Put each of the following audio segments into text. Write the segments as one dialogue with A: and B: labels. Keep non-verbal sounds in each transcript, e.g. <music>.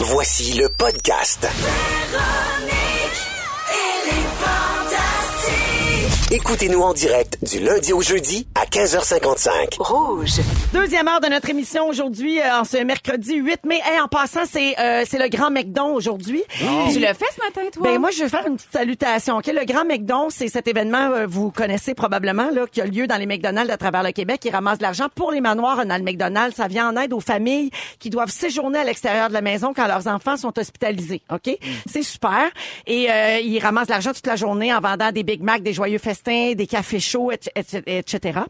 A: Voici le podcast. Écoutez-nous en direct du lundi au jeudi à 15h55.
B: Rouge.
C: Deuxième heure de notre émission aujourd'hui, euh, en ce mercredi 8 mai. Hey, en passant, c'est euh, c'est le Grand McDon aujourd'hui. Puis-
D: Tu l'as fait ce matin, toi?
C: Ben moi, je vais faire une petite salutation. Ok, Le Grand McDon, c'est cet événement, euh, vous connaissez probablement, là, qui a lieu dans les McDonald's à travers le Québec. Ils ramassent de l'argent pour les manoirs dans le McDonald's. Ça vient en aide aux familles qui doivent séjourner à l'extérieur de la maison quand leurs enfants sont hospitalisés. OK? C'est super. Et euh, ils ramassent de l'argent toute la journée en vendant des Big Mac, des joyeux festins, des cafés chauds, et- et- et- etc.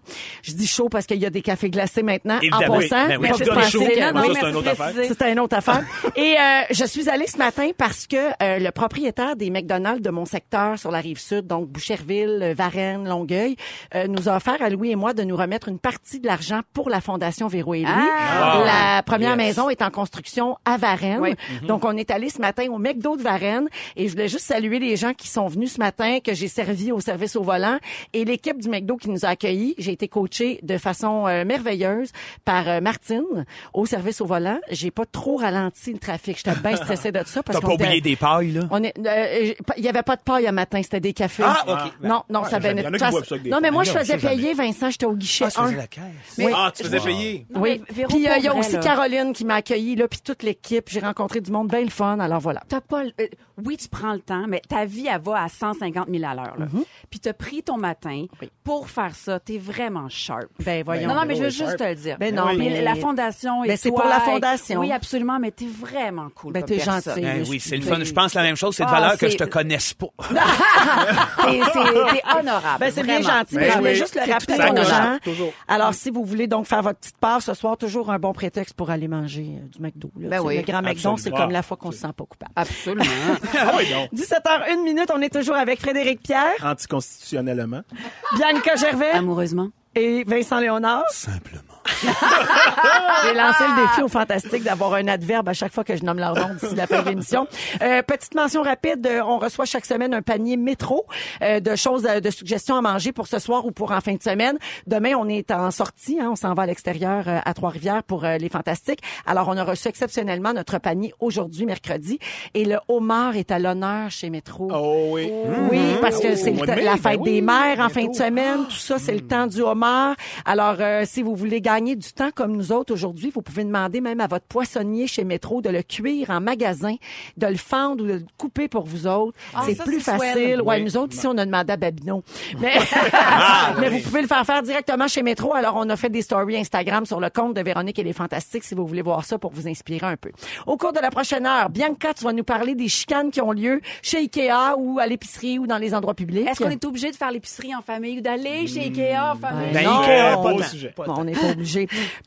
C: Je dis chaud parce qu'il y a des cafés glacés maintenant.
E: Évidemment,
C: En
E: oui.
C: passant,
E: Ben oui,
C: pas
E: tu
C: vous
E: donnes
C: pensez
E: chaud.
C: que-
E: Ça,
C: oui,
E: c'est une autre affaire.
C: ça, C'était une autre affaire. Et euh, je suis allée ce matin parce que euh, le propriétaire des McDonald's de mon secteur sur la rive sud, donc Boucherville, euh, Varennes, Longueuil, euh, nous a offert à Louis et moi de nous remettre une partie de l'argent pour la Fondation Véro et Louis.
D: Ah!
E: Wow.
C: La première
E: Yes.
C: maison est en construction à Varennes.
D: Oui.
E: Mhm.
C: Donc, on est allé ce matin au McDo de Varennes et je voulais juste saluer les gens qui sont venus ce matin, que j'ai servi au service au volant et l'équipe du McDo qui nous a accueillis. J'ai été coachée de façon euh, merveilleuse par euh, Martine au service au volant. J'ai pas trop ralenti le trafic. J'étais
E: <laughs>
C: bien stressée de ça. parce
E: T'as pas
C: qu'on était-
E: oublié des pailles, là?
C: on est, euh, j'ai pas- il y avait pas de paille à matin, c'était des cafés.
E: Ah, ok.
C: Non, non, ça
E: j'aime-
C: ben-
E: il y en a qui
C: ça-
E: boivent ça avec des
C: Non, mais moi, je
E: pailles.
C: faisais
E: Non, ça,
C: payer Vincent, j'étais au guichet
E: Ah, tu faisais
C: 1.
E: la caisse.
C: Oui.
E: Ah, tu faisais payer.
D: Non,
C: Ben, oui.
D: mais Véro,
C: Puis euh, il y a
D: pour vrai,
C: aussi
D: là.
C: Caroline qui m'a accueilli là, puis toute l'équipe. J'ai rencontré du monde bien le fun. Alors voilà.
D: T'as pas le- euh, oui, tu prends le temps, mais ta vie, elle va à 150 000 à l'heure. là. Puis t'as pris ton matin
C: Mhm. Oui.
D: pour faire ça. T'es vraiment sharp.
C: Ben voyons.
D: non, non, mais je
C: donc.
D: veux juste te le dire.
C: Ben non,
D: Mais
C: mais-
D: la fondation et
C: Ben, c'est
D: toi,
C: pour la
D: et-
C: fondation.
D: Oui, absolument, mais t'es vraiment cool.
C: Ben,
D: comme
C: t'es
D: personne.
C: gentil.
E: Ben
C: je-
E: oui, c'est le
C: je-
E: fun. Je pense la même chose. C'est de
D: Ah,
E: valeur que
D: c'est-
E: je te connaisse pas. Ah,
D: T'es c'est- t'es honorable.
C: Ben, c'est bien
D: vraiment.
C: gentil.
F: Ben
C: mais je voulais
F: oui.
C: juste le
D: C'est
C: rappeler
D: tout à
C: aux
D: ton
C: gens.
F: honneur. Toujours.
C: Alors, si vous voulez donc faire votre petite part ce soir, toujours un bon prétexte pour aller manger euh, du McDo. là.
D: Ben
C: C'est
D: oui.
C: Le grand McDo, c'est
E: Absolument.
C: comme la fois qu'on se sent pas coupable. <laughs>
D: Absolument.
C: 17h01 minute, on est toujours avec Frédéric Pierre,
F: Anticonstitutionnellement.
C: Bianca Gervais
D: Amoureusement.
C: et Vincent Léonard.
E: Simplement.
C: <laughs> J'ai lancé le défi au Fantastique d'avoir un adverbe à chaque fois que je nomme leur nom d'ici la fin de l'émission. Euh, petite mention rapide, euh, on reçoit chaque semaine un panier métro euh, de choses, euh, de suggestions à manger pour ce soir ou pour en fin de semaine. Demain, on est en sortie, hein, on s'en va à l'extérieur euh, à Trois-Rivières pour euh, les Fantastiques. Alors, on a reçu exceptionnellement notre panier aujourd'hui, mercredi, et le homard est à l'honneur chez Métro.
F: Oh oui.
C: Oui, parce que
F: Oh,
C: c'est
F: au
C: le
F: mois
C: temps-
F: de mai,
C: la
F: ben
C: fête
F: oui,
C: des mères en fin
F: bientôt. Mmh.
C: de semaine. Tout ça, c'est le temps du homard. Alors, euh, si vous voulez gagner du temps comme nous autres aujourd'hui, vous pouvez demander même à votre poissonnier chez Métro de le cuire en magasin, de le fendre ou de le couper pour vous autres.
D: Ah,
C: c'est
D: ça,
C: plus
D: c'est
C: facile.
D: swell.
C: Ouais, nous autres, ici, on a demandé à Babino. Mais, <laughs> mais vous pouvez le faire faire directement chez Métro. Alors, on a fait des stories Instagram sur le compte de Véronique et les Fantastiques si vous voulez voir ça pour vous inspirer un peu. Au cours de la prochaine heure, Bianca, tu vas nous parler des chicanes qui ont lieu chez Ikea ou à l'épicerie ou dans les endroits publics.
D: Est-ce qu'on est obligé de faire l'épicerie en famille ou d'aller chez Ikea en famille?
C: Ben,
E: Non,
C: Ikea,
E: euh, pas
C: on-
E: de sujet.
C: Bon, on n'est pas
E: <laughs>
C: obligé.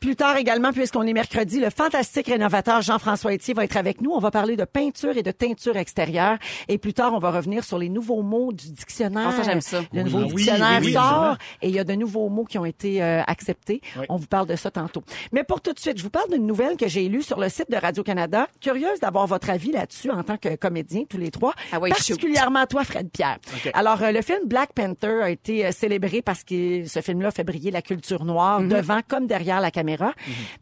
C: Plus tard également, puisqu'on est mercredi, le fantastique rénovateur Jean-François Etier va être avec nous. On va parler de peinture et de teinture extérieure. Et plus tard, on va revenir sur les nouveaux mots du dictionnaire.
D: Ah, ça, j'aime ça.
C: Le
E: Oui.
C: nouveau
E: Ah oui,
C: dictionnaire
E: oui, oui,
C: sort
E: absolument.
C: et il y a de nouveaux mots qui ont été euh, acceptés.
F: Oui.
C: On vous parle de ça tantôt. Mais pour tout de suite, je vous parle d'une nouvelle que j'ai lue sur le site de Radio-Canada. Curieuse d'avoir votre avis là-dessus en tant que comédien, tous les trois.
D: Ah oui, shoot.
C: particulièrement à toi, Fred Pierre. Alors, euh, le film Black Panther a été euh, célébré parce que ce film-là fait briller la culture noire devant comme derrière la caméra.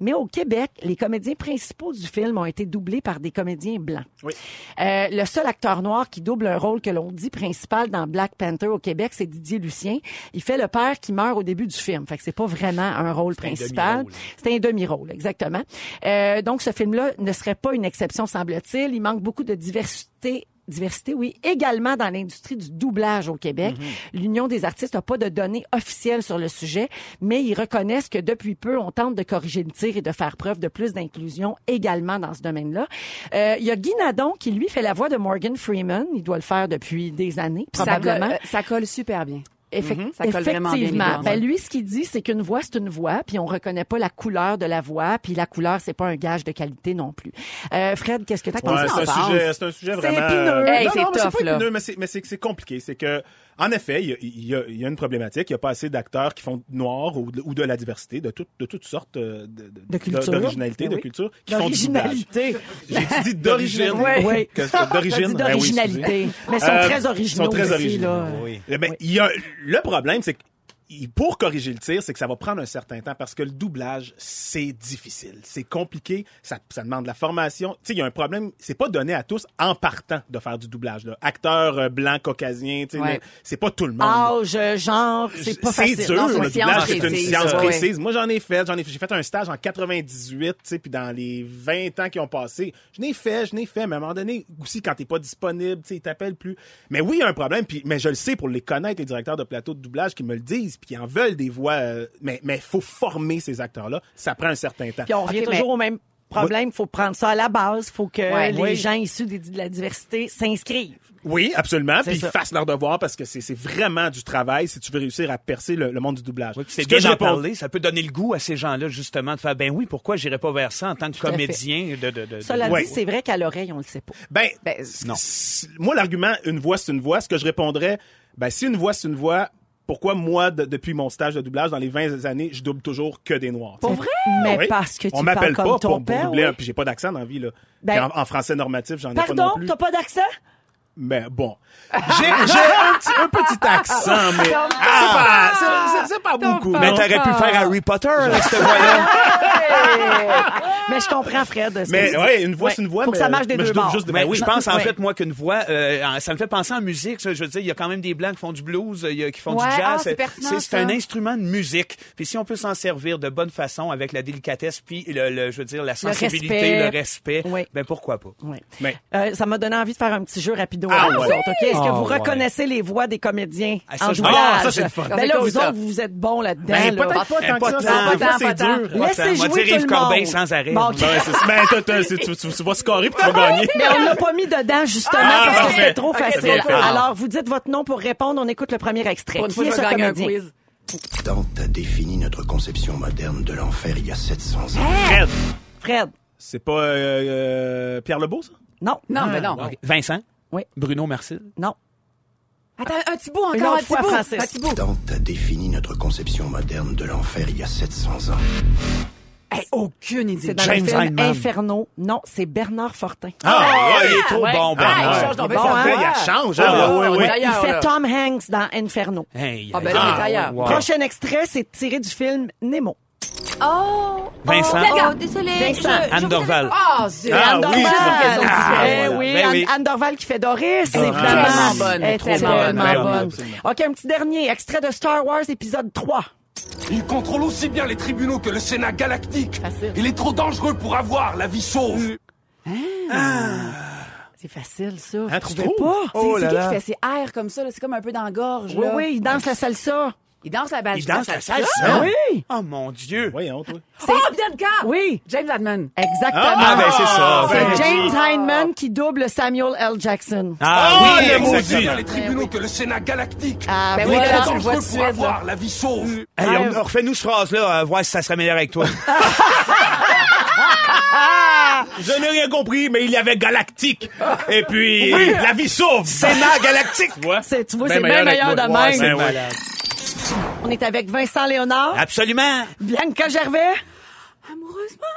C: Mais au Québec, les comédiens principaux du film ont été doublés par des comédiens blancs.
F: Oui.
C: Euh, le seul acteur noir qui double un rôle que l'on dit principal dans Black Panther au Québec, c'est Didier Lucien. Il fait le père qui meurt au début du film. Fait que c'est pas vraiment un rôle principal.
E: demi-rôle.
C: C'est un demi-rôle, exactement. Euh, donc, ce film-là ne serait pas une exception, semble-t-il. Il manque beaucoup de diversité diversité, oui, également dans l'industrie du doublage au Québec.
D: Mhm.
C: L'Union des artistes n'a pas de données officielles sur le sujet, mais ils reconnaissent que depuis peu, on tente de corriger le tir et de faire preuve de plus d'inclusion également dans ce domaine-là. Euh, Il y a Guy Nadon qui, lui, fait la voix de Morgan Freeman. Il doit le faire depuis des années,
D: Ça colle,
C: probablement.
D: euh, ça colle super bien.
C: Effect-
D: Ça colle
C: Mm-hmm. Effectivement.
D: vraiment bien les deux ensemble.
C: Ben, lui, ce qu'il dit, c'est qu'une voix, c'est une voix, puis on reconnaît pas la couleur de la voix, puis la couleur, c'est pas un gage de qualité non plus. Euh, Fred, qu'est-ce que tu
F: Ouais,
C: penses?
F: c'est un sujet, c'est un sujet vraiment. euh,
C: épineux.
D: Hey,
F: non,
D: c'est
F: non, mais
D: tough,
F: c'est
D: là.
F: pas épineux, mais c'est- mais c'est que c'est compliqué. C'est que, en effet, il y a- il y, a- il y a une problématique. Il n'y a pas assez d'acteurs qui font noir ou, de- ou de la diversité, de, tout- de toutes sortes euh, de, de-
C: De culture.
F: d'originalité, de
C: Oui.
F: culture, qui font du doublage.
C: L'originalité.
F: J'ai dit d'origine.
C: Ouais. Ouais.
F: Que-
C: <laughs>
F: que
C: T'as dit
F: D'origine. Ben oui, excusez.
C: d'originalité. Mais ils sont
F: Euh,
C: très originaux.
F: sont
C: aussi,
F: très originaux,
C: là.
E: Oui.
F: Eh ben, il y a- le problème, c'est que il- pour corriger le tir, c'est que ça va prendre un certain temps parce que le doublage, c'est difficile. C'est compliqué. Ça, ça demande de la formation. Tu sais, il y a un problème. C'est pas donné à tous en partant de faire du doublage. Là. Acteur euh, blanc, caucasien, tu sais,
D: Ouais.
F: le- c'est pas tout le
C: Ah,
F: monde.
C: Âge, genre, c'est pas facile.
F: C'est dur,
D: Non, c'est une
F: le doublage,
D: science
F: c'est une
D: précise,
F: science
D: ouais.
F: précise. Moi, j'en ai fait, j'en ai fait- j'ai fait un stage en 98, tu sais, puis dans les 20 ans qui ont passé, je n'ai fait, je n'ai fait, mais à un moment donné, aussi, quand t'es pas disponible, tu sais, ils t'appellent plus. Mais oui, il y a un problème, puis, mais je le sais pour les connaître, les directeurs de plateaux de doublage qui me le disent, puis qui en veulent des voix, euh, mais, mais faut former ces acteurs-là. Ça prend un certain temps.
C: Puis on revient
D: Ok,
C: toujours
D: mais-
C: au même problème. Il faut prendre ça à la base. Il faut que
D: Ouais.
C: les
F: Oui.
C: gens issus des- de la diversité s'inscrivent.
F: Oui, absolument. Puis
C: ça.
F: ils fassent leur devoir parce que c'est c'est vraiment du travail si tu veux réussir à percer le, le monde du doublage.
E: Oui, puis c'est
F: Ce que
E: bien
F: je
E: d'en
F: réponds-
E: parler. Ça peut donner le goût à ces gens-là, justement, de faire, ben oui, pourquoi j'irais pas vers ça en tant que
C: à fait.
E: comédien de, de, de-
C: Cela
E: de-
F: Ouais.
C: dit, c'est vrai qu'à l'oreille, on le sait pas.
F: Ben,
D: Ben,
E: non.
F: s- moi, l'argument une voix, c'est une voix, ce que je répondrais, ben, si une voix, c'est une voix, pourquoi moi, de- depuis mon stage de doublage, dans les 20 années, je double toujours que des Noirs? tu sais?
C: vrai? Mais
F: Oui.
C: parce que tu
F: On
C: parles
F: m'appelle
C: comme ton
F: pas pour, pour
C: père.
F: doubler,
C: oui.
F: puis j'ai pas d'accent dans la vie, là.
C: Ben-
F: Puis en, en français normatif, j'en ai pas non
C: Pardon,
F: plus.
C: t'as pas d'accent?
F: Mais bon. J'ai j'ai un, petit- un petit accent, mais. Ah, c'est pas, c'est- c'est- c'est pas beaucoup.
C: ben,
E: Mais
F: non.
E: Ben, t'aurais pu faire Harry Potter avec cette voix-là. Ah!
C: mais je comprends, Fred. ce que
F: Mais,
C: tu dis.
F: ouais, une voix, c'est une voix,
C: Faut que
F: mais-
C: ça marche des
F: mais je
C: deux
F: double
C: bords.
F: juste de-
E: Mais
F: Ben
E: oui, je
F: oui.
E: pense en
C: Ouais.
E: fait moi qu'une voix, euh, en- ça me fait penser en musique. ça. je veux dire, il y a quand même des blancs qui font du blues, euh, il y a- qui font
D: Ouais,
E: du
D: ah,
E: jazz.
D: c'est pertinent,
E: c'est c'est
D: ça.
E: un instrument de musique. Puis si on peut s'en servir de bonne façon avec la délicatesse, puis le, le- je veux dire la sensibilité,
C: respect.
E: le respect,
C: Oui.
E: ben pourquoi pas.
C: Ouais.
F: Mais-
C: Euh, ça m'a donné envie de faire un petit jeu rapido
F: Ah
C: avec vous
F: ouais.
C: autres, OK? Est-ce que
E: Ah
C: vous
E: ouais.
C: reconnaissez les voix des comédiens
E: Ah, ça,
C: en
E: je-
C: doublage?
F: Ah, ça, c'est le fun.
C: Ben là,
D: C'est cool,
C: vous
D: ça.
C: autres, vous êtes bons là-dedans.
F: Ben,
C: là.
F: peut-être pas
E: Mais
F: tant
E: pas
F: que ça.
E: tant,
F: ça. Des
D: pas
F: fois, c'est
D: tant, pas
F: dur.
E: tant.
C: Laissez
E: Moi,
C: jouer tout
E: dire Yves
C: le monde.
E: Corbeil sans arrêt.
C: Bon, OK.
F: Ben, c'est- ben, toi, toi, c'est- tu, tu- tu vas scorer puis tu
C: <laughs>
F: vas gagner.
C: Mais on l'a pas mis dedans, justement,
F: Ah,
C: parce que
F: parfait.
C: c'était trop
F: Ok,
C: facile.
F: parfait.
C: Alors, vous dites votre nom pour répondre. On écoute le premier extrait.
D: Pour une
C: Qui
D: fois,
C: est
D: je
C: ce
D: vais gagner un
C: comédien?
D: quiz.
B: Dante a défini notre conception moderne de l'enfer il y a 700 ans.
F: Fred.
C: Fred.
F: C'est pas euh, euh, Pierre Lebeau, ça?
C: Non.
D: Non, mais non.
E: Ok. Vincent,
C: Oui.
E: Bruno Marcel,
C: Non.
D: Attends, un petit bout
C: Une
D: encore,
C: autre
D: un petit
C: fois,
D: bout.
C: Francis.
D: Un petit bout.
B: Dante a défini notre conception moderne de l'enfer il y a 700 ans.
D: Hey, aucune idée.
C: C'est dans
E: James
C: le film
E: Hyndman.
C: Inferno. Non, c'est Bernard Fortin.
E: Ah, ouais, il est trop
D: ouais.
E: bon,
D: Ah, il Oh,
E: Bernard.
D: change d'ambiance.
C: Bon, hein?
F: Fred, il a change. hein?
E: Ah,
F: Ouais, ouais, ouais.
C: Il fait
D: là.
C: Tom Hanks dans Inferno.
E: Hey,
D: Ah, ben
E: hey.
D: là, il est ailleurs.
E: wow.
C: Prochain extrait, c'est tiré du film Nemo.
G: Oh!
E: Vincent.
G: Oh, Gaga, désolé.
C: Vincent.
G: je- je
E: Anne
G: vous
E: Dorval.
G: avais-
D: Ah, zut.
F: Ah,
C: Anne
F: oui,
C: Dorval.
F: c'est vrai qu'elles ont
C: Ah,
E: dit ça.
C: eh
E: voilà.
C: oui,
E: Ben
C: Anne,
E: oui.
C: Anne Dorval qui fait Doris, évidemment.
D: Tellement bonne,
C: Elle est
D: trop
C: tellement
D: bonne.
F: Ben oui,
C: bonne.
F: absolument.
C: OK, un petit dernier extrait de Star Wars épisode 3.
H: Il contrôle aussi bien les tribunaux que le Sénat galactique.
D: Ah,
C: Facile.
H: Il est trop dangereux pour avoir la vie sauve.
C: C'est facile ça, vous
F: Ah, tu
C: trouvez
F: trouves?
C: pas
D: C'est
E: Oh
D: c'est qui qui fait ses airs comme ça? là? C'est comme un peu dans la gorge.
C: Oui
D: là.
C: oui, il danse la salsa. Ah
D: Il danse la balle. Ah,
E: Il danse la salsa.
C: Oui,
E: Oh mon Dieu.
F: Voyons, toi.
D: Oh, Bianca!
C: oui,
D: James Adman.
C: exactement.
E: Ah, ben c'est ça.
C: C'est
E: Ben,
C: James Hyndman qui double Samuel L. Jackson.
E: Ah
F: Ah,
E: oui,
F: le
H: Il contrôle
E: exactement.
H: aussi bien les tribunaux que le Sénat galactique.
C: Ah,
D: Ben
H: Il est
D: Eh voilà,
H: trop
D: tu le vois
H: dangereux
D: tout de
H: pour
D: suite,
H: avoir
D: là.
H: la vie sauve.
E: Hey,
F: Ah,
E: on- on refait-nous cette phrase-là, à voir si ça serait meilleur avec
F: <laughs>
E: toi.
F: Je n'ai rien compris, mais il y avait Galactique. Et puis, la vie sauve.
E: Sénat galactique!
F: Tu vois,
C: C'est- tu vois, c'est bien meilleur de
F: avec moi. Ouais,
C: même.
F: c'est malade.
C: On est avec Vincent Léonard,
E: Ah. Absolument!
C: Bianca Gervais
D: Amoureusement.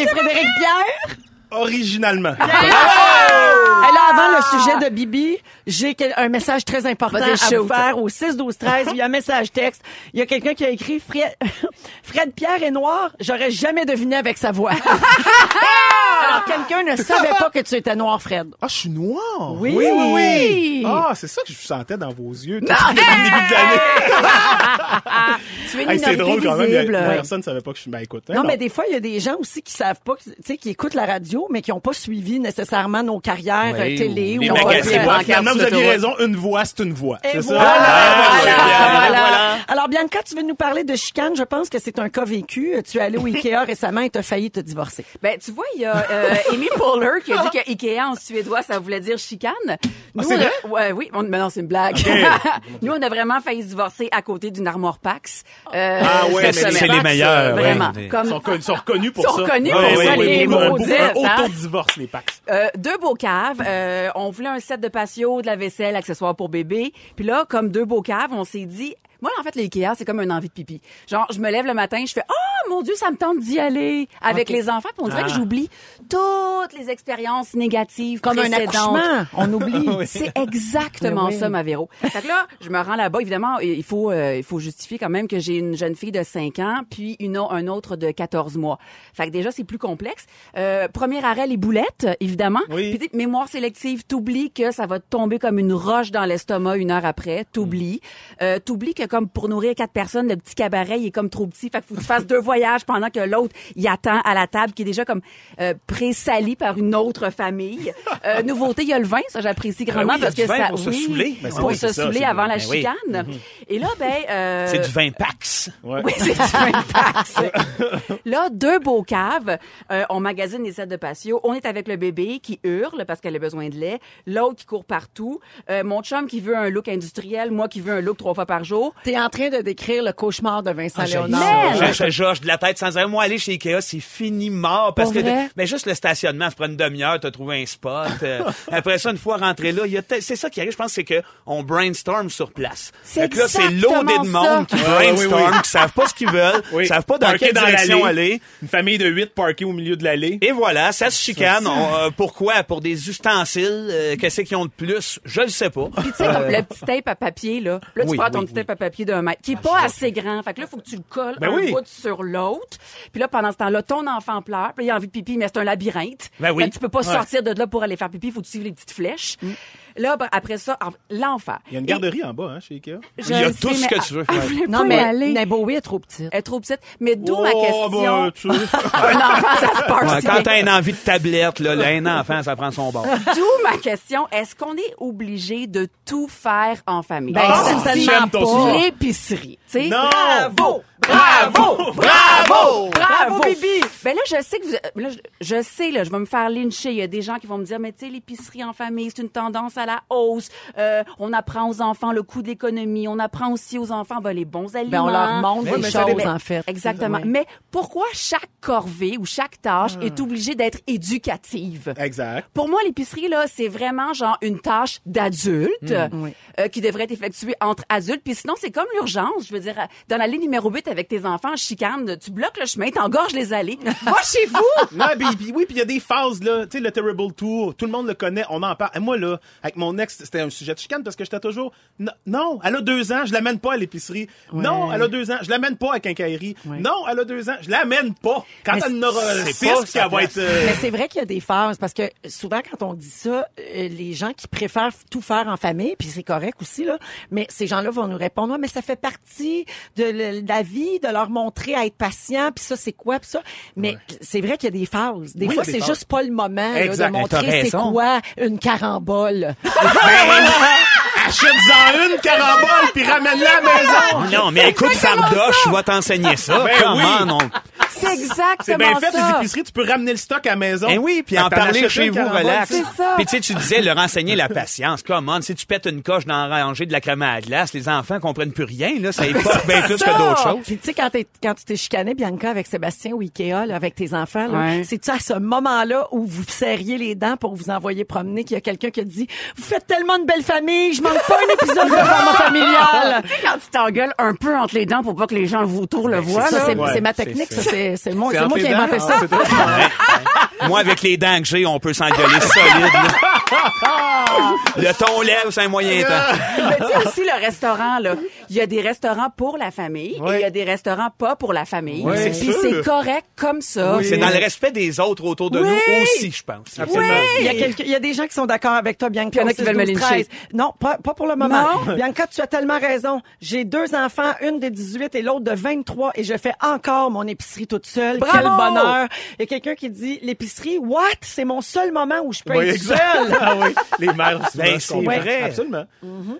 C: et Frédéric Pierre.
F: Originalement.
C: Et là, avant le sujet de Bibi, j'ai quel- un message très important
D: Vas-y,
C: à vous
D: shoot.
C: faire au 6 12 13 via message texte. Il y a quelqu'un qui a écrit Fred, <laughs> Fred Pierre est noir, j'aurais jamais deviné avec sa
D: <laughs>
C: voix. Alors quelqu'un ne savait pas que tu étais noir, Fred.
F: Ah, je suis noir.
C: Oui.
F: oui, oui. Ah, c'est ça que je sentais dans vos yeux tout depuis le début de l'année.
D: Tu es une
F: Hey, c'est
D: minorité
F: drôle quand même.
D: visible.
F: la- Personne ne savait pas que je suis. Ben, écoute. hein,
C: Non, mais des fois, il y a des gens aussi qui savent pas, que- tu sais, qui écoutent la radio, mais qui n'ont pas suivi nécessairement nos carrières
E: Oui,
C: euh, télé
E: ou
C: ou
E: les
C: ont pas
E: magasins.
C: vu la-
F: Ouais,
D: Pancarte
F: finalement,
D: sur
F: vous aviez
D: l'autoroute.
F: raison. Une voix, c'est une voix.
C: Et
F: C'est ça?
C: voilà,
F: Ah,
C: voilà,
F: c'est bien.
C: voilà.
E: voilà.
C: Alors, Bianca, tu veux nous parler de chicane. Je pense que c'est un cas vécu. Tu es allée au
F: <laughs>
C: Ikea récemment et tu as failli te divorcer.
D: Ben, tu vois, il y a euh, Amy Poehler qui a dit que Ikea en suédois, ça voulait dire chicane. Nous,
F: Ah, c'est
D: on
F: vrai?
D: a- ouais, oui, on- mais non, c'est une blague. <laughs> Nous, on a vraiment failli se divorcer à côté d'une armoire Pax. euh,
F: Ah ouais,
D: cette
F: mais
D: semaine.
F: c'est les
E: meilleurs, ouais.
D: Vraiment.
E: Des-
D: Comme,
F: Ils sont, connus- ils sont reconnus pour
D: Ils
F: ça.
D: sont reconnus
F: Ouais,
D: pour
F: ouais,
D: ça,
F: ouais,
D: les
F: pour un-
D: maudites,
F: Pour un
D: hein.
F: autodivorce, les Pax.
D: Euh, deux beaux caves. Euh, on voulait un set de patio, de la vaisselle, accessoires pour bébé. Puis là, comme deux beaux caves, on s'est dit, Moi, en fait, les Ikea, c'est comme une envie de pipi. Genre, je me lève le matin, je fais « Oh, mon Dieu, ça me tente d'y aller! » Avec les enfants, puis on dirait que
C: Ah.
D: j'oublie toutes les expériences négatives
C: Comme un
D: précédentes.
C: accouchement, on
F: <laughs>
C: oublie.
F: Ah
D: C'est exactement
C: Mais oui.
D: ça, ma Véro. Fait que là, je me rends là-bas. Évidemment, il faut, euh, il faut justifier quand même que j'ai une jeune fille de 5 ans, puis une, au- un autre de 14 mois. Fait que déjà, c'est plus complexe. Euh, premier arrêt, les boulettes, évidemment.
F: Oui.
D: Puis, tu sais, mémoire sélective, t'oublies que ça va te tomber comme une roche dans l'estomac une heure après. T'oublies. Euh, t'oublies que comme pour nourrir quatre personnes, le petit cabaret, il est comme trop petit. Fait que faut que tu fasses deux voyages pendant que l'autre, il attend à la table, qui est déjà comme euh, pré-sali par une autre famille. Euh, nouveauté, il y a le vin. Ça, j'apprécie grandement
E: Ah oui, il y a
D: parce
E: du
D: que
E: vin
D: ça...
E: pour se
D: oui,
E: saouler. Ben,
F: c'est
D: pour
F: oui,
D: se
F: c'est ça,
D: saouler
F: c'est
D: avant
F: bon.
D: la
E: Ben oui.
D: chicane. Et là, ben... euh,
E: C'est du vin Pax.
F: Ouais.
D: <laughs> oui, c'est du vin de Pax.
E: <laughs>
D: Là, deux beaux caves. Euh, on magasine les sets de patio. On est avec le bébé qui hurle parce qu'elle a besoin de lait. L'autre qui court partout. Euh, mon chum qui veut un look industriel. Moi qui veux un look trois fois par jour.
C: T'es en train de décrire le cauchemar de Vincent
F: Ah,
C: Léonard.
D: ça.
E: Je- Je Georges de la tête sans arrêt. Moi, aller chez Ikea, c'est fini mort. Parce
D: Pour
E: que,
D: vrai?
E: mais juste le stationnement, ça prend une demi-heure, t'as trouvé un
D: <laughs>
E: spot. Euh, après ça, une fois rentré là, il y a te- c'est ça qui arrive, je pense, c'est que on brainstorm sur place.
D: C'est
E: Fait que là, c'est
D: exactement
E: loadé de monde qui
D: ça.
E: brainstorm,
F: Ouais, ouais, ouais.
E: qui savent pas ce qu'ils veulent,
F: <laughs> Oui.
E: savent pas dans
F: Parqué
E: quelle direction
F: l'allée.
E: aller.
F: Une famille de huit parqués au milieu de l'allée.
E: Et voilà, ça se chicane. On, euh, pourquoi? Pour des ustensiles, euh, qu'est-ce qu'ils ont de plus? Je le sais pas.
D: Puis tu sais, comme le petit tape à papier, là. Là, tu
E: Euh. Oui,
D: prends ton
E: oui, Ah,
D: petit tape à papier d'un mètre, qui est pas assez grand. Fait que là, faut que tu le colles
F: Ben
D: un
F: oui.
D: bout sur l'autre. Puis là, pendant ce temps-là, ton enfant pleure. Puis là, il a envie de pipi, mais c'est un labyrinthe.
E: Ben oui. Mm.
D: Fait que tu peux pas sortir de là pour aller faire pipi. Faut que tu suives les petites flèches. Là, ben, après ça, en- l'enfer.
F: Il y a une
D: Et-
F: garderie en bas, hein, chez Ikea.
D: Je
E: Il y a
D: le
E: tout
D: sais,
E: ce
D: mais
E: que
D: elle-
E: tu veux.
D: Elle voulait
C: Non,
D: pas y
C: mais
D: aller.
C: Nabowie est trop petite.
D: Elle est trop petite. Mais d'où ma question.
F: ben, tu- <laughs>
D: Un enfant, ça se passe.
E: Oh, Ouais,
D: si
E: quand
D: bien.
E: t'as une envie de tablette, là, là, un enfant, ça prend son
D: <laughs>
E: bord.
D: D'où ma question. Est-ce qu'on est obligé de tout faire en famille?
C: Ben,
F: Ah,
C: certainement
F: j'aime ton
C: pas.
F: sujet.
C: L'épicerie.
D: Tu sais,
F: Non!
D: Bravo!
E: Bravo! Bravo!
D: Bravo, Bibi! Ben là, je sais que vous, là, je, je sais, là, je vais me faire lyncher. Il y a des gens qui vont me dire, mais tu sais, l'épicerie en famille, c'est une tendance à la hausse. Euh, on apprend aux enfants le coût de l'économie. On apprend aussi aux enfants, ben, les bons aliments.
C: Ben, on leur montre
F: Oui,
C: des
F: mais ça
C: choses,
F: dépend.
C: en fait.
D: Exactement.
C: Ouais.
D: Mais pourquoi chaque corvée ou chaque
C: Hmm.
D: tâche est obligée d'être éducative?
F: Exact.
D: Pour moi, l'épicerie, là, c'est vraiment genre une tâche d'adulte
C: Oui.
D: euh, qui devrait être effectuée entre adultes. Puis sinon, c'est comme l'urgence. Je veux dire, euh, dans l'allée numéro 8 avec tes enfants, chicane, tu bloques le chemin, t'engorges les allées. Va chez vous!
F: <laughs> Non, puis, puis oui, puis il y a des phases, là. Tu sais, le Terrible Tour, tout le monde le connaît, on en parle. Et moi, là, avec mon ex, c'était un sujet de chicane parce que j'étais toujours. Non, non, elle a deux ans, je l'amène pas à l'épicerie. Non, elle a deux ans, je l'amène pas à quincaillerie. Non, elle a deux ans, je l'amène pas. Quand
C: Mais
F: elle en aura
E: c'est
F: six,
E: pas
F: puis
E: sa
F: elle va
E: place.
F: être. euh,
C: Mais c'est vrai qu'il y a des phases parce que souvent quand on dit ça, euh, les gens qui préfèrent f- tout faire en famille, puis c'est correct aussi là, mais ces gens-là vont nous répondre ouais, mais ça fait partie de le- de la vie, de leur montrer à être patient, puis ça c'est quoi, puis ça. Mais c'est vrai qu'il y a des phases. Des
F: Oui,
C: fois
F: il y a des
C: c'est
F: phases. Eh,
C: juste pas le moment là,
E: Exact.
C: de
E: Mais t'as
C: montrer c'est
E: raison.
C: quoi une carambole.
F: Achète-en une carambole, puis ramène-la à
E: <laughs>
F: la maison.
E: Non, mais écoute, Sardoche, je vais t'enseigner ça.
F: Ben
E: Comment,
F: oui.
E: non?
D: C'est
F: C'est
D: exactement
F: bien fait,
D: ça.
F: les épiceries, tu peux ramener le stock à la maison.
E: Ben oui, puis
F: Fait
E: en
F: que t'en
E: parler
F: achètes
E: chez
F: une
E: vous,
F: carambole,
E: relax.
F: tu sais.
D: ça.
E: Puis tu sais, tu disais leur enseigner la patience. Comment, si tu pètes une coche dans la rangée de la crème à glace, les enfants comprennent plus rien, là. Ça époque bien plus que d'autres choses.
C: Puis tu sais quand, t'es- quand tu t'es chicané Bianca avec Sébastien ou Ikea là, avec tes enfants, là,
D: Ouais.
C: c'est-tu à ce moment-là où vous serriez les dents pour vous envoyer promener qu'il y a quelqu'un qui a dit vous faites tellement de belle famille, je manque pas un épisode de drame
D: <laughs>
C: familial.
D: Tu sais, quand tu t'engueules un peu entre les dents pour pas que les gens autour le voient,
C: Ça,
D: là.
C: c'est
F: Ouais,
C: c'est ma
E: c'est
C: technique,
E: ça.
C: ça, c'est c'est moi,
F: C'est
C: c'est
F: entre
C: moi qui ai
F: les
C: inventé
F: dents.
C: ça.
F: Ah, c'est toi.
E: Moi, avec les dents que j'ai, on
D: <laughs>
E: peut s'engueuler solide. là. Le ton lève, c'est un moyen temps.
D: Mais tu sais aussi le restaurant là, il y a des restaurants pour la famille et il y a des restaurants pas pour la famille.
F: Oui, c'est
D: Puis
F: sûr.
D: c'est correct comme ça.
E: C'est dans le respect des autres autour de
D: Oui.
E: nous aussi, je pense.
F: Absolument.
C: Il y, a quelques- il y a des gens qui sont d'accord avec toi, Bianca.
D: Puis il y en a
C: au
D: qui veulent me
C: 6, 12,
D: lyncher.
C: 13. Non, pas, pas pour le moment.
D: Non. <laughs>
C: Bianca, tu as tellement raison. J'ai deux enfants, une de 18 et l'autre de 23, et je fais encore mon épicerie toute seule.
D: Bravo!
C: Quel bonheur! Il y a quelqu'un qui dit, l'épicerie, what? C'est mon seul moment où je peux
F: Oui,
C: être
F: exact.
E: <laughs>
F: <laughs>
C: seule.
F: Ah oui, les mères, souvent,
E: Ben,
F: je
E: c'est
F: comprends.
E: vrai. Mhm.
F: Absolument.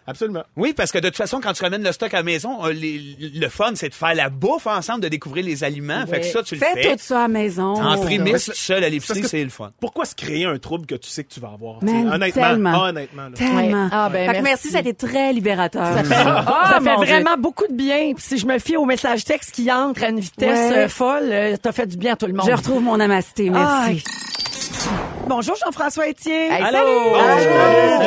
F: Absolument.
E: Oui, parce que de toute façon, quand tu ramènes le stock à la maison, euh, les- le fun, c'est de faire la bouffe ensemble, de découvrir les aliments. Fait que ça, tu le
D: Fais
E: fais.
D: tout ça à la maison.
E: En
F: Mais
E: prémisse,
F: c'est-
E: tout seul à l'épicerie,
F: parce que-
E: Oh. c'est le fun.
F: Pourquoi se créer un trouble que tu sais que tu vas avoir? tu sais?
D: Man,
F: honnêtement.
D: tellement.
F: Honnêtement. là.
D: Tellement.
C: Ouais. Ah, ben,
D: Fait que
C: merci.
D: merci, ça a été très libérateur. Ça fait, Ah,
C: ça fait vraiment beaucoup de bien. Puis si je me fie au message texte qui entre à une vitesse
D: Ouais.
C: euh, folle, euh, t'as fait du bien à tout le monde.
D: Je retrouve mon amasté, merci.
C: Bonjour Jean-François Étienne.
D: Hey, salut! Ah,
E: Bonjour,
F: Salut,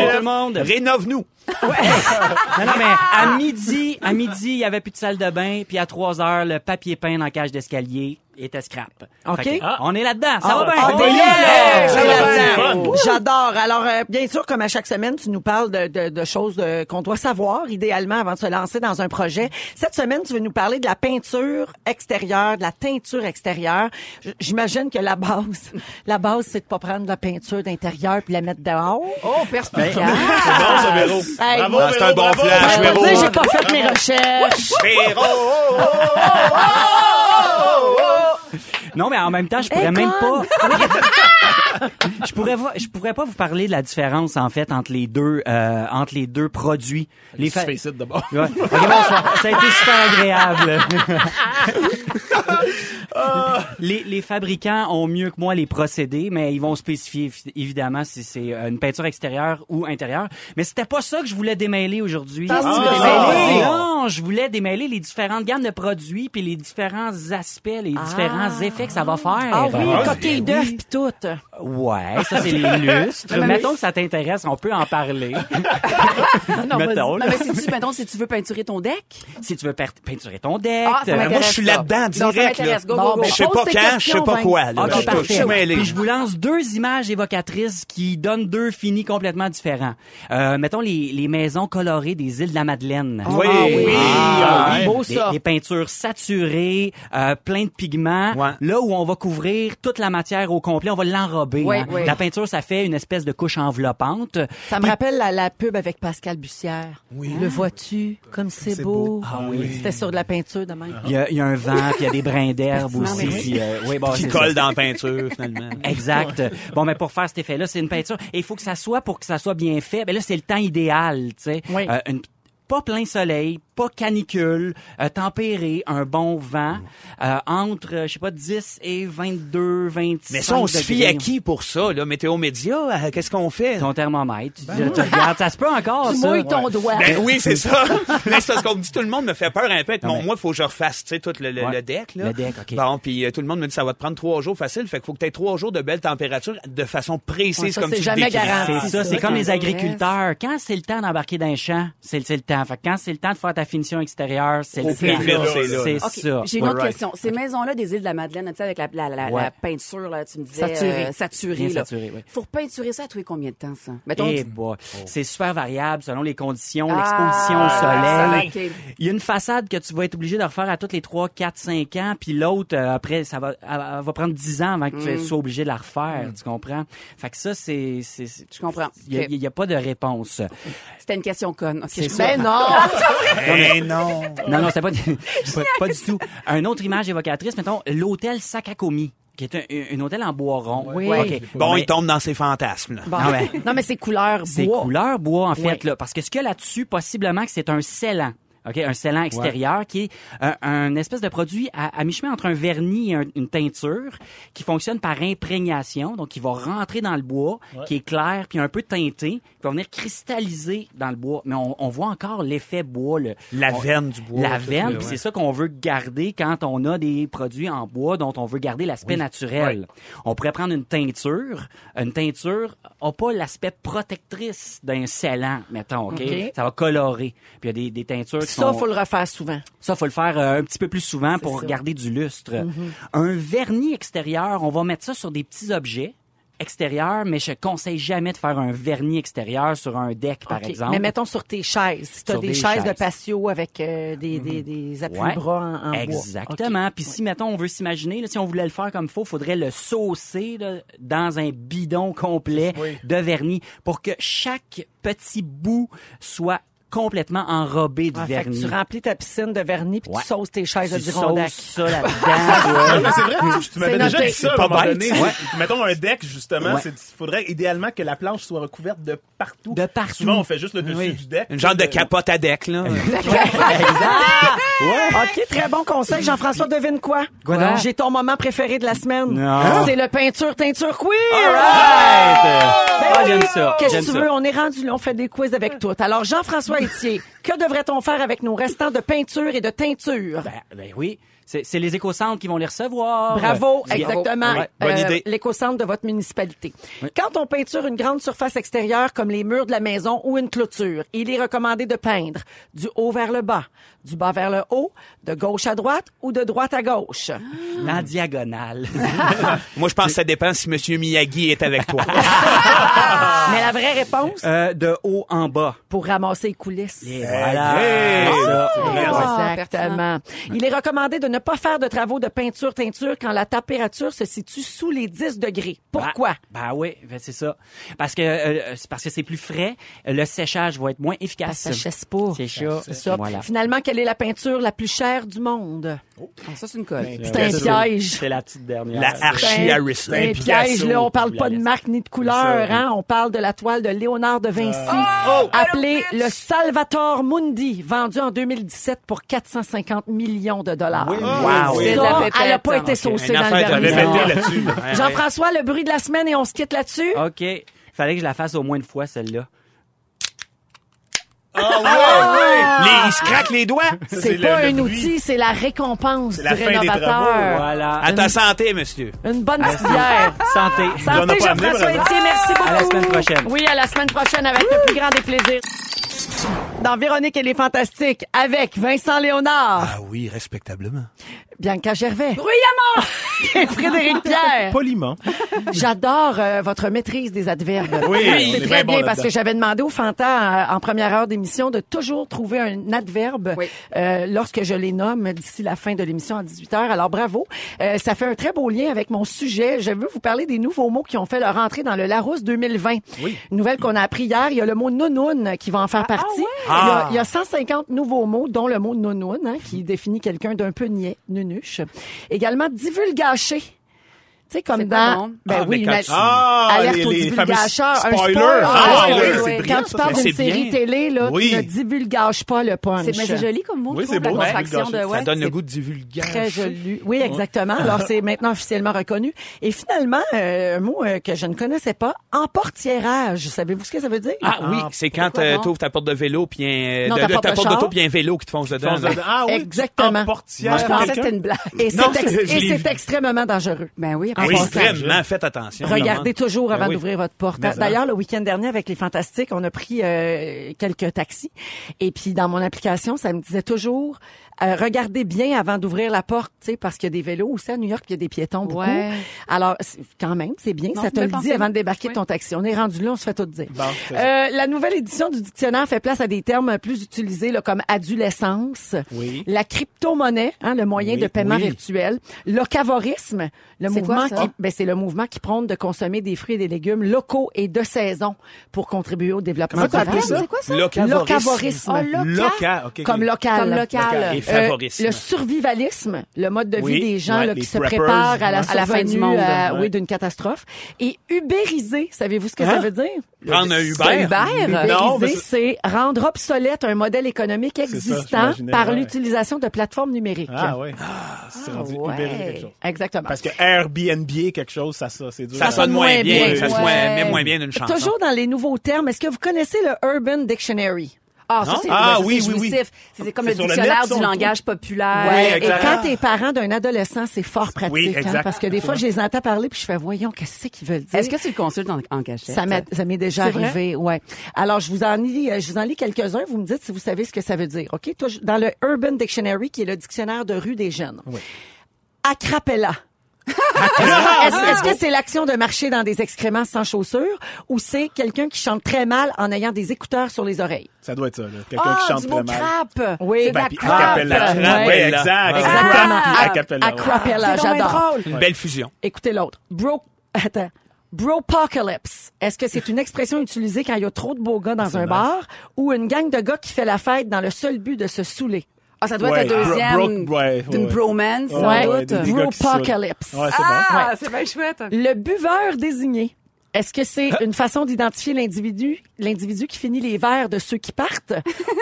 C: Ah!
E: tout le monde. Rénove-nous.
I: Non, non, mais à midi, à midi, il y avait plus de salle de bain, puis à 3 heures, le papier peint dans la cage d'escalier était scrap.
C: OK.
I: Fait que, on est là-dedans, ça va bien.
C: Ah,
I: On
C: ben,
I: est
C: yeah!
I: là-dedans.
C: Ça va
I: On est
C: bien.
I: là-dedans.
C: J'adore. Alors, euh, bien sûr, comme à chaque semaine, tu nous parles de, de- de choses euh, qu'on doit savoir idéalement avant de se lancer dans un projet. Cette semaine, tu veux nous parler de la peinture extérieure, de la teinture extérieure. J- J'imagine que la base, <laughs> la base, c'est de pas prendre de la peinture d'intérieur puis la mettre dehors.
D: Oh, perspicace.
F: C'est bon, ça, Véro.
C: Hey.
F: Bravo,
E: Ah, c'est
F: Véro,
E: un bon
F: bravo.
E: flash,
C: ben, Je
E: Véro.
C: veux dire, Euh, j'ai pas fait mes <laughs> recherches.
I: Non, mais en même temps, je pourrais
C: Hey,
I: même
C: con!
I: pas. <laughs> je pourrais vo- je pourrais pas vous parler de la différence en fait entre les deux euh, entre les deux produits. Les fa-
F: Facite de bord.
I: Ouais. Ok, bonsoir. Ça a été super agréable.
C: <laughs>
I: les, les fabricants ont mieux que moi les procédés, mais ils vont spécifier évi- évidemment si c'est euh, une peinture extérieure ou intérieure. Mais c'était pas ça que je voulais démêler aujourd'hui.
C: que tu
I: Ah!
C: voulais démêler?
I: Non, je voulais démêler les différentes gammes de produits puis les différents aspects, les différents effets que ça va faire.
C: Ah oui,
E: Ah,
C: coquille d'œuf puis tout.
I: Ouais, ça
C: <laughs>
I: c'est les lustres.
C: Ah
I: Mettons que ça t'intéresse, on peut en parler.
D: Ah, Non, vas-y.
I: Mettons,
D: Non,
I: là.
D: mais si tu, mettons, si tu veux peinturer ton deck.
I: si tu veux per- peinturer ton deck.
D: Ah, ça
I: euh,
D: m'intéresse.
E: Moi, je suis
D: ça.
E: là-dedans
D: Non, ça
E: direct. là.
D: m'intéresse. Go, go,
E: Oh, Mais
D: go.
E: Je sais
D: Pose
E: pas
D: tes
E: quand, je sais
D: questions,
E: pas
D: Vince.
E: quoi. là.
I: Ok,
E: Je suis-
I: Ah, ben, parfait.
E: Je suis mêlé.
I: Puis je vous lance deux images évocatrices qui donnent deux finis complètement différents. Euh, mettons les, les maisons colorées des îles de la Madeleine.
E: Oui,
C: Ah oui.
E: oui.
I: Ah,
E: ouais.
I: des, des peintures saturées, euh, plein de pigments.
E: Ouais.
I: Là où on va couvrir toute la matière au complet, on va l'enrober.
D: Oui,
I: hein.
D: oui.
I: La peinture, ça fait une espèce de couche enveloppante.
C: Ça me rappelle la, la pub avec Pascal Bussière. Le vois-tu comme c'est beau. Ah C'était sur de la peinture de même.
I: Il y, a, il y a un vent, puis il y a des brins d'herbe aussi.
C: mais oui.
I: puis, euh, oui, bon,
E: Qui
I: c'est
E: colle
I: ça.
E: dans la peinture, finalement.
I: Exact. <laughs> Bon, mais pour faire cet effet-là, c'est une peinture. Et il faut que ça soit, pour que ça soit bien fait, ben là, c'est le temps idéal, tu sais.
C: Oui.
I: Euh, une- pas plein soleil, pas canicule, euh, tempéré, un bon vent, euh, entre, euh, je sais pas, 10 et 22, 25
E: Mais ça, on se fie à
I: degrés.
E: qui pour ça, là? Météo Média, euh, qu'est-ce qu'on fait?
I: Ton thermomètre. Tu, tu regardes, ça se peut encore,
C: Tu
I: ça.
C: mouilles ton doigt.
E: Ben oui, c'est ça. Mais c'est parce qu'on me dit tout le monde me fait peur un peu. Bon,
I: mais-
E: moi, il faut que je refasse, tu sais, tout le, le-
I: Ouais.
E: le deck. Là.
I: Le deck, OK.
E: Bon, puis euh, tout le monde me dit ça va te prendre trois jours facile. Fait qu'il faut que tu aies trois jours de belles températures de façon précise
C: Ouais, ça,
E: comme
C: c'est
E: tu le
C: jamais
E: décris.
C: garanti.
I: C'est ça,
C: ça,
I: c'est comme
D: quand
I: les
D: on
I: agriculteurs. Quand c'est le temps d'embarquer dans un champ, c'est c'est le temps. Fait que quand c'est le temps de faire ta finition extérieure, c'est le
E: Au plus vite,
I: temps.
E: Ben, c'est là.
I: C'est
D: OK,
I: ça.
D: J'ai une
E: Ouais,
D: autre
E: right.
D: question. Ces maisons-là des îles de la Madeleine, tu sais, avec la, la, la,
I: Ouais.
D: la peinture, là, tu me disais.
C: Saturée.
D: euh, saturée,
I: Bien
D: là.
I: saturée, oui.
D: Faut peinturer ça à tous les combien de temps, ça? Mettons,
I: Eh
D: tu-
I: boy. C'est super variable selon les conditions,
D: Ah,
I: l'exposition au soleil.
D: ok.
I: Il y a une façade que tu vas être obligé de refaire à toutes les 3, 4, 5 ans, puis l'autre, euh, après, ça va, elle- elle va prendre 10 ans avant que
D: Mm.
I: tu sois obligé de la refaire, tu comprends? Fait que ça, c'est... c'est- c'est-
D: Je comprends.
I: Il n'y a,
D: Ok.
I: il y a pas
D: <laughs>
I: de réponse.
D: C'était une question conne. OK, je- Ah,
C: Ben <laughs> non!
E: Eh non.
I: Non, non, c'est pas, <laughs> pas, pas du tout. Un autre image évocatrice, mettons, l'hôtel Sakakomi, qui est un, un hôtel en bois rond.
C: Oui.
I: Ok.
E: Bon,
I: Mais-
E: il tombe dans ses fantasmes. là.
C: Bon.
I: Non, mais-
C: Non, mais c'est couleur
I: Ah C'est
C: bois.
I: couleur bois, en fait,
C: Ouais.
I: là. Parce que ce qu'il y a là-dessus, possiblement, que c'est un scellant. OK, un scellant extérieur qui est euh, un espèce de produit à, à mi-chemin entre un vernis et un- une teinture qui fonctionne par imprégnation. Donc, qui va rentrer dans le bois, qui est clair, puis un peu teinté, qui va venir cristalliser dans le bois. Mais on, on voit encore l'effet bois. Le,
E: La
I: on-
E: veine du bois,
I: La
E: tout
I: veine,
E: le-
I: puis
E: ouais.
I: c'est ça qu'on veut garder quand on a des produits en bois dont on veut garder l'aspect naturel. On pourrait prendre une teinture. Une teinture n'a pas l'aspect protectrice d'un scellant, mettons, OK?
C: OK.
I: Ça va colorer. Puis il y a des, des teintures qui
C: Ça,
I: sont...
C: faut le refaire souvent.
I: Ça, faut le faire euh, un petit peu plus souvent pour garder du lustre.
C: Mm-hmm.
I: Un vernis extérieur, on va mettre ça sur des petits objets extérieurs, mais je conseille jamais de faire un vernis extérieur sur un deck, par
C: OK.
I: exemple.
C: Mais mettons sur tes chaises. Si t'as
I: Sur
C: des,
I: des
C: chaises de
I: chaises. Mm-hmm.
C: patio avec euh, des, des, des
I: Ouais.
C: appuis-bras en, en bois.
I: Exactement. Puis si, mettons, on veut s'imaginer, là, si on voulait le faire comme il faut, faudrait le saucer là, dans un bidon complet de vernis pour que chaque petit bout soit complètement enrobé de
C: Ah, fait que
I: vernis.
C: tu remplis ta piscine de vernis puis
I: Ouais.
C: tu sauces tes chaises
I: Tu
C: de Dirondac.
I: sauces ça <laughs> là-dedans.
F: Non, mais c'est vrai, tu- tu m'avais
C: C'est
F: déjà
C: noté.
F: dit ça à un
E: Pas
F: moment
E: bête.
F: donné.
E: Ouais.
F: Mettons un deck, justement,
I: Ouais.
F: il faudrait idéalement que la planche soit recouverte de partout.
I: De partout.
F: Souvent, on fait juste le dessus
I: Oui.
F: du deck.
E: Une genre de capote à deck, là.
C: OK, très bon conseil. Jean-François, devine quoi?
I: Quoi
C: Ouais.
I: donc?
C: J'ai ton moment préféré de la semaine.
I: Non.
C: C'est le peinture-teinture quiz! Ben
I: Right! Ah, j'aime ça.
C: Qu'est-ce que
I: J'aime
C: tu
I: ça.
C: veux? On est rendu là, on fait des quiz avec tout. Alors, Jean-François Etier, que devrait-on faire avec nos restants de peinture et de teinture?
I: Ben, ben oui, C'est c'est les écocentres qui vont les recevoir.
C: Bravo,
I: Euh,
C: exactement.
I: Ouais, bonne idée.
C: L'éco-centre de votre municipalité. Quand on peinture une grande surface extérieure comme les murs de la maison ou une clôture, il est recommandé de peindre du haut vers le bas, du bas vers le haut, de gauche à droite ou de droite à gauche.
I: En diagonale.
E: Moi, je pense que ça dépend si M. Miyagi est avec toi.
I: Ah!
C: <laughs> Mais la vraie réponse,
I: Euh, de haut en bas.
C: pour ramasser les coulisses.
E: Eh,
I: Et voilà.
E: Hey!
I: C'est ça.
E: Oh!
D: Ah,
C: Exactement. Il est recommandé de ne pas faire de travaux de peinture-teinture quand la température se situe sous les 10 degrés.
I: <laughs>
C: Pourquoi?
I: Ben, ben oui, ben c'est ça. Parce que euh, c'est parce que c'est plus frais, euh, le séchage va être moins
C: Elle
I: efficace.
C: séchesse pas.
I: C'est ça.
C: C'est ça.
I: Voilà.
C: Finalement, quelle est la peinture la plus chère du monde?
D: Ah, ça, c'est une colle.
F: Ben, euh,
C: C'est un piège.
I: C'est la petite dernière.
E: La Archie
C: C'est un-
E: Harrison.
C: C'est un piège,
F: Picasso.
C: là. On parle
I: Je
C: pas
I: la
C: de
I: laisse.
C: marque ni de couleur, hein. On parle de la toile de Léonard de Vinci, appelée le Salvator Mundi, vendue en 2017 pour 450 millions de dollars.
E: Ah, oui.
C: Ça,
D: C'est de la pétette,
C: elle a pas
D: hein.
C: été saucée
E: Une
C: dans
E: affaire,
C: le
E: j'avais
C: vernis.
E: pété
C: Non.
E: là-dessus. Ouais, ouais.
C: Jean-François, le bruit de la semaine et on se quitte là-dessus.
I: OK. Fallait que je la fasse au moins une fois, celle-là.
E: Ah
F: Ah!
E: Les- il se craque les doigts.
C: C'est
F: le-
C: pas
F: le
C: un
F: bruit.
C: outil, c'est la récompense
F: la
C: du
F: fin des travaux,
C: rénovateur.
I: Voilà.
E: À ta santé, monsieur.
C: Une bonne petite bière.
I: Santé.
F: en a
C: Santé,
F: pas amené,
C: Jean-François
F: bravo.
C: Etier, merci beaucoup.
I: À la semaine prochaine.
C: Oui, à la semaine prochaine avec le plus grand des plaisirs. Dans Véronique et les Fantastiques, avec Vincent Léonard,
E: Ah oui, respectablement.
C: Bianca Gervais
D: Bruyamment!
C: <laughs> et Frédéric Pierre.
F: Poliment.
C: <laughs> J'adore euh, votre maîtrise des adverbes.
F: Oui, on
C: c'est
F: est
C: très
F: bien bon
C: bien parce
F: là-dedans.
C: que j'avais demandé au Fanta euh, en première heure d'émission de toujours trouver un adverbe
D: Oui.
C: euh, lorsque je les nomme d'ici la fin de l'émission à 18h. Alors bravo, Euh, ça fait un très beau lien avec mon sujet. Je veux vous parler des nouveaux mots qui ont fait leur entrée dans le Larousse 2020. Une nouvelle qu'on a appris hier, il y a le mot nounoun qui va en
D: Ah,
C: faire partie. Il
F: Ah.
C: y a- il, y a, 150 nouveaux mots dont le mot nounoun hein, qui définit quelqu'un d'un peu niais, nunuche. Également divulgaché. Tu sais, comme
D: C'est
C: dans...
D: quoi, bon?
C: Ben
E: Ah,
C: oui,
E: mais quand
C: mais-
E: tu-
F: Ah,
C: Alerte
F: les-
C: aux
F: les fameux
C: divulgateurs, un
F: spoilers.
C: spoiler.
F: Ah,
C: Ouais,
F: oui,
C: ouais,
F: c'est
C: ouais.
F: brillant,
C: Quand tu
F: ça,
C: parles
E: c'est
C: d'une
E: bien.
C: série télé, là,
F: Oui.
C: tu ne divulgages pas le punch.
D: C'est mais c'est joli comme mot,
F: Oui,
D: je
F: c'est
D: trouve,
F: beau,
D: la
F: hein,
D: contraction de...
F: divulgation.
E: Ça
D: Ouais.
E: donne le
C: c'est
E: goût du vulgaire.
C: Très joli. Oui, exactement. Alors, c'est maintenant officiellement reconnu. Et finalement, euh, un mot euh, que je ne connaissais pas, emportiérage. Savez-vous ce que ça veut dire?
E: Ah oui, c'est quand
D: quoi,
E: euh,
D: non?
E: t'ouvres ta porte de vélo puis un
C: Non,
E: de-
C: ta
E: de-
C: porte
E: ta
C: de
E: porte
C: char.
E: d'auto puis un vélo qui te fonce dedans.
F: Fonce dedans. Ah oui, tu
C: Exactement.
F: en portière,
D: Je pensais que
F: quelqu'un.
D: c'était une blague.
C: Et
E: Non,
C: c'est ex-
E: je l'ai
C: et
E: vu.
C: c'est extrêmement dangereux.
D: Ben oui,
E: Ah,
D: en
E: oui,
D: passant.
E: extrêmement, faites attention.
C: Regardez
E: Normand.
C: toujours avant
E: Ben oui.
C: d'ouvrir votre porte.
F: Mais ça.
C: D'ailleurs, le week-end dernier, avec les Fantastiques, on a pris euh, quelques taxis. Et puis, dans mon application, ça me disait toujours, euh, regardez bien avant d'ouvrir la porte, tu sais, parce qu'il y a des vélos aussi à New York, il y a des piétons beaucoup.
D: Ouais.
C: Alors, c'est- quand même, c'est bien.
D: Non,
C: ça
D: c'est
C: te le
D: bien
C: dit
D: pensé.
C: avant de débarquer de
D: Oui.
C: ton taxi. On est rendu là, on se fait tout dire.
F: c'est
C: Euh, la nouvelle édition du dictionnaire fait place à des termes plus utilisés, là, comme adolescence,
F: Oui.
C: la crypto-monnaie, hein, le moyen
F: Oui,
C: de paiement
F: oui.
C: virtuel, l'ocavorisme, le
D: C'est quoi,
C: mouvement
D: ça?
C: qui ben, c'est le mouvement qui prône de consommer des fruits et des légumes locaux et de saison pour contribuer au développement
F: Comment t'as
C: durable.
F: appelé ça? Ah,
D: C'est quoi ça?
C: Locavorisme.
D: Oh, loca-
F: Local. ok, ok.
C: Comme local. Euh,
D: Comme local.
E: Et favorisme.
C: le survivalisme, le mode de vie
F: Oui,
C: des gens
F: ouais,
C: là,
F: les
C: qui se
F: preppers,
C: préparent à la,
F: ouais.
D: À la fin du
C: survenue,
D: monde,
C: euh,
F: ouais.
C: oui, d'une catastrophe. Et ubériser, savez-vous ce que ça
F: Hein? Euh,
C: veut dire?
E: Prendre un Uber.
D: Hubert?
F: Non. mais
C: Ubériser, c'est rendre obsolète un modèle économique
F: ça,
C: existant
F: j'imaginais,
C: par
F: ouais.
C: l'utilisation de plateformes numériques.
F: Ah oui. C'est rendu
D: ouais.
F: Uber Eats, quelque chose.
C: Exactement.
F: Parce que Airbnb est quelque chose, ça, ça c'est dur.
E: Ça
F: à-
E: sonne moins bien. Ça sonne
D: Ouais.
E: moins- même moins bien d'une chanson.
C: Toujours dans les nouveaux termes, est-ce que vous connaissez le Urban Dictionary?
D: Ah, ça,
E: Non?
D: c'est
F: Ah,
D: ouais, ça,
F: oui,
D: c'est
F: oui, oui.
D: jouissif. C'est c'est comme
F: C'est
D: le
F: sur le
D: dictionnaire
F: net, ça, on
D: du
F: le
D: langage populaire.
F: Ouais,
C: et
F: exactement.
C: quand t'es parent d'un adolescent, c'est fort pratique.
F: Oui,
C: hein,
F: exact.
C: parce que des fois, je les entends parler puis je fais, voyons, qu'est-ce qu'ils veulent dire?
D: Est-ce que tu le consultes en, en cachette?
C: ça m'est ça m'est déjà
D: C'est vrai?
C: arrivé, ouais. Alors je vous en lis, euh, je vous en lis quelques-uns, vous me dites si vous savez ce que ça veut dire. OK, Toi, je- dans le Urban Dictionary qui est le dictionnaire de rue des jeunes. Acrapella.
E: Ah,
F: Ah,
C: Est-ce est-ce que c'est l'action de marcher dans des excréments sans chaussures ou c'est quelqu'un qui chante très mal en ayant des écouteurs sur les oreilles?
F: Ça doit être ça, là. Quelqu'un
D: Ah,
F: qui chante
D: du
F: très
D: mot
F: mal.
D: crape!
C: Oui.
D: C'est de
F: Ben,
D: la
F: puis
D: crape.
F: acapella.
E: Crape.
F: Oui, exact.
E: Exactement.
F: Crape, puis
D: Ah,
F: acapella.
C: Acrapella,
D: C'est donc bien
C: j'adore.
D: drôle.
E: Une belle fusion.
C: Écoutez l'autre. Bro, attends. Bropocalypse. Est-ce que c'est une expression utilisée quand il y a trop de beaux gars dans un bar ou une gang de gars qui fait la fête dans le seul but de se saouler?
D: Ah, ça doit
F: Ouais,
D: être la deuxième
F: bro- bro- ouais,
D: d'une
F: ouais.
D: bromance, sans
C: Ouais.
D: doute.
F: des- des gars qui se saoulent.
C: Bropocalypse.
F: Ouais, c'est bon.
D: Ah, c'est bien chouette.
C: Le buveur désigné. Est-ce
D: <laughs>
C: que c'est une façon d'identifier l'individu, l'individu qui finit les verres de ceux qui partent,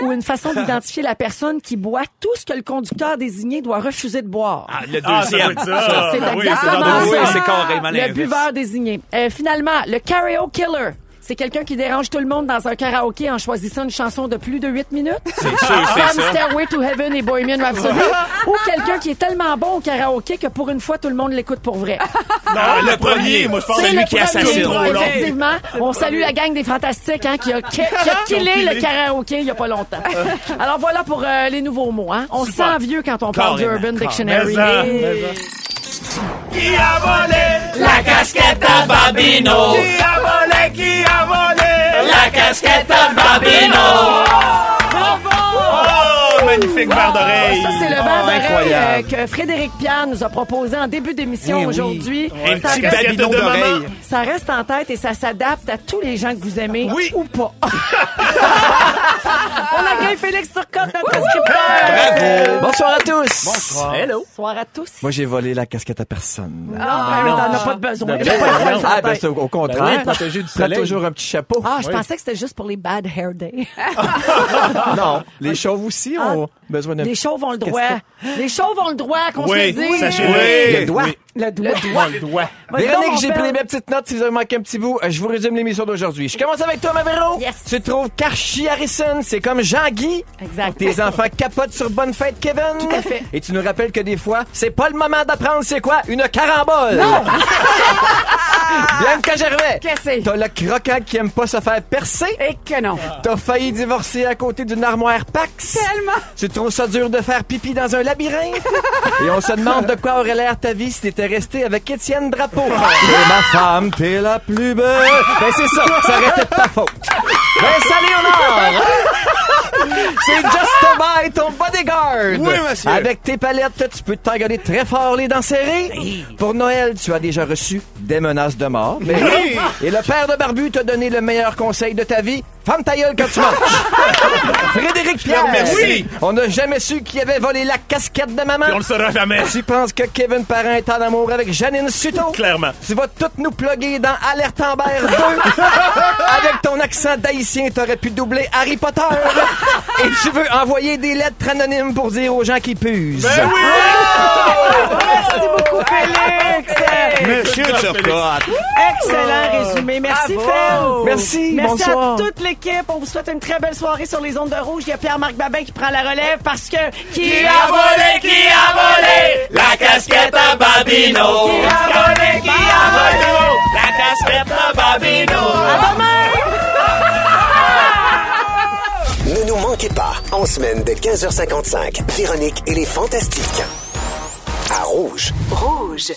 C: ou
D: <laughs>
C: une façon d'identifier la personne qui boit tout ce que le conducteur désigné doit refuser de boire?
E: Ah, le
F: Ah, ça doit
E: deuxième. ben
F: être ça.
C: C'est
F: Ah oui,
C: exactement
F: c'est dans-
E: Oui,
C: ça.
E: c'est carrément
C: Le
E: l'inverse.
C: buveur désigné. Euh, finalement, le karaoke killer. C'est quelqu'un qui dérange tout le monde dans un karaoké en choisissant une chanson de plus de 8 minutes.
E: C'est sûr,
C: Comme
E: c'est ça.
C: Stairway to Heaven et Bohemian Rhapsody. Ou quelqu'un qui est tellement bon au karaoké que pour une fois, tout le monde l'écoute pour vrai.
E: Ah, le premier,
F: moi, je pense
C: C'est
E: celui
C: le
E: qui
C: premier.
E: assassine.
F: Trop long.
C: Effectivement. On salue la gang des Fantastiques hein, qui a, qui, qui a killé le karaoké il n'y a pas longtemps. Alors voilà pour euh, les nouveaux mots. Hein. On se sent vieux quand on parle
E: Carrément.
C: d'Urban Dictionary.
F: Mais ça, mais
C: Et-
E: Qui a volé la casquette à Babino? Qui a volé, qui a volé la casquette à Babino?
F: Oh, magnifique verre d'oreille.
C: Ah, Ça, c'est le
F: Oh,
I: Ah,
C: verre d'oreille,
F: incroyable.
C: euh, que Frédéric Pierre nous a proposé en début d'émission
I: Eh oui.
C: aujourd'hui.
E: Un
C: Ça
E: petit
C: reste-
E: babino
F: de maman.
E: d'oreille.
C: Ça reste en tête et ça s'adapte à tous les gens que vous aimez
E: Oui.
C: ou pas. On accueille Félix Turcotte, notre prescripteur.
J: Bonsoir à tous. Bonsoir. Hello.
C: Bonsoir à tous.
J: Moi, j'ai volé la casquette à personne.
C: Ah, mais t'en as pas de besoin.
J: Ben,
C: T'as pas besoin de
J: ah,
C: faire
J: ben,
C: tête.
J: c'est au contraire.
F: oui, protégé du
J: Prends
F: soleil.
J: toujours un petit chapeau.
C: Ah, je pensais que c'était juste pour les bad hair days.
J: <laughs>
C: Ah.
J: non. Les chauves aussi ont besoin d'un
C: Les
J: petit...
C: chauves ont le droit. Les chauves ont le droit, qu'on
F: Oui,
C: se le dise.
F: sachez-
J: Le
F: Oui.
J: doigt.
C: Le doigt. Le doigt. Vas-y donc,
J: Véronique,
C: mon
J: j'ai
C: père.
J: pris mes petites notes. Si vous avez manqué un petit bout, euh, je vous résume l'émission d'aujourd'hui. Je commence avec toi, ma Véro.
C: Yes.
J: Tu trouves Karchi Harrison, c'est comme Jean-Guy.
C: Exact.
J: Tes enfants capotent sur Bonne Fête, Kevin.
C: Tout à fait.
J: Et tu nous rappelles que des fois, c'est pas le moment d'apprendre c'est quoi une carambole. Non. <laughs> Bianca Gervais.
C: Qu'est-ce que c'est?
J: T'as le croquant qui aime pas se faire percer.
D: Et que non.
J: T'as failli divorcer à côté d'une armoire Pax.
D: Tellement.
J: Tu trouves ça dur de faire pipi dans un labyrinthe?
E: <laughs>
J: Et on se demande de quoi aurait l'air ta vie si t'étais resté avec Étienne Drapeau.
E: Ah.
J: T'es ma femme, t'es la plus belle. Ben c'est ça, ça aurait été de ta faute. Vincent Léonard! C'est Just by ton bodyguard!
E: Oui, monsieur.
J: Avec tes palettes, tu peux t'engueuler très fort les dents serrées. Pour Noël, tu as déjà reçu des menaces de mort. Mais- Et le père de Barbu t'a donné le meilleur conseil de ta vie. Ferme ta gueule quand
F: <laughs>
J: tu manges. Frédéric Pierre,
F: remercie.
J: On n'a jamais su qui avait volé la casquette de maman.
F: Puis on le saura jamais.
J: Tu penses que Kevin Parent est en amour avec Janine Suto?
F: Clairement.
J: Tu vas toutes nous plugger dans Alerte Amber 2.
F: <laughs>
J: Avec ton accent d'haïtien, t'aurais pu doubler Harry
F: <laughs>
J: Potter. Et tu veux envoyer des lettres anonymes pour dire aux gens qui puent.
F: Ben
C: Merci beaucoup, Félix.
E: Monsieur Turcotte.
C: Excellent résumé. Merci, Phil.
J: Oh. Merci,
C: Merci
J: bonsoir.
C: à toute l'équipe. On vous souhaite une très belle soirée sur les ondes de rouge. Il y a Pierre-Marc Babin qui prend la relève parce que... Qui, a volé, qui a volé
E: La casquette à Babino.
C: Qui a volé, qui a volé
E: La casquette à Babino.
C: À demain!
A: Ne nous manquez pas, en semaine de 15h55, Véronique et les Fantastiques. À Rouge.
G: Rouge.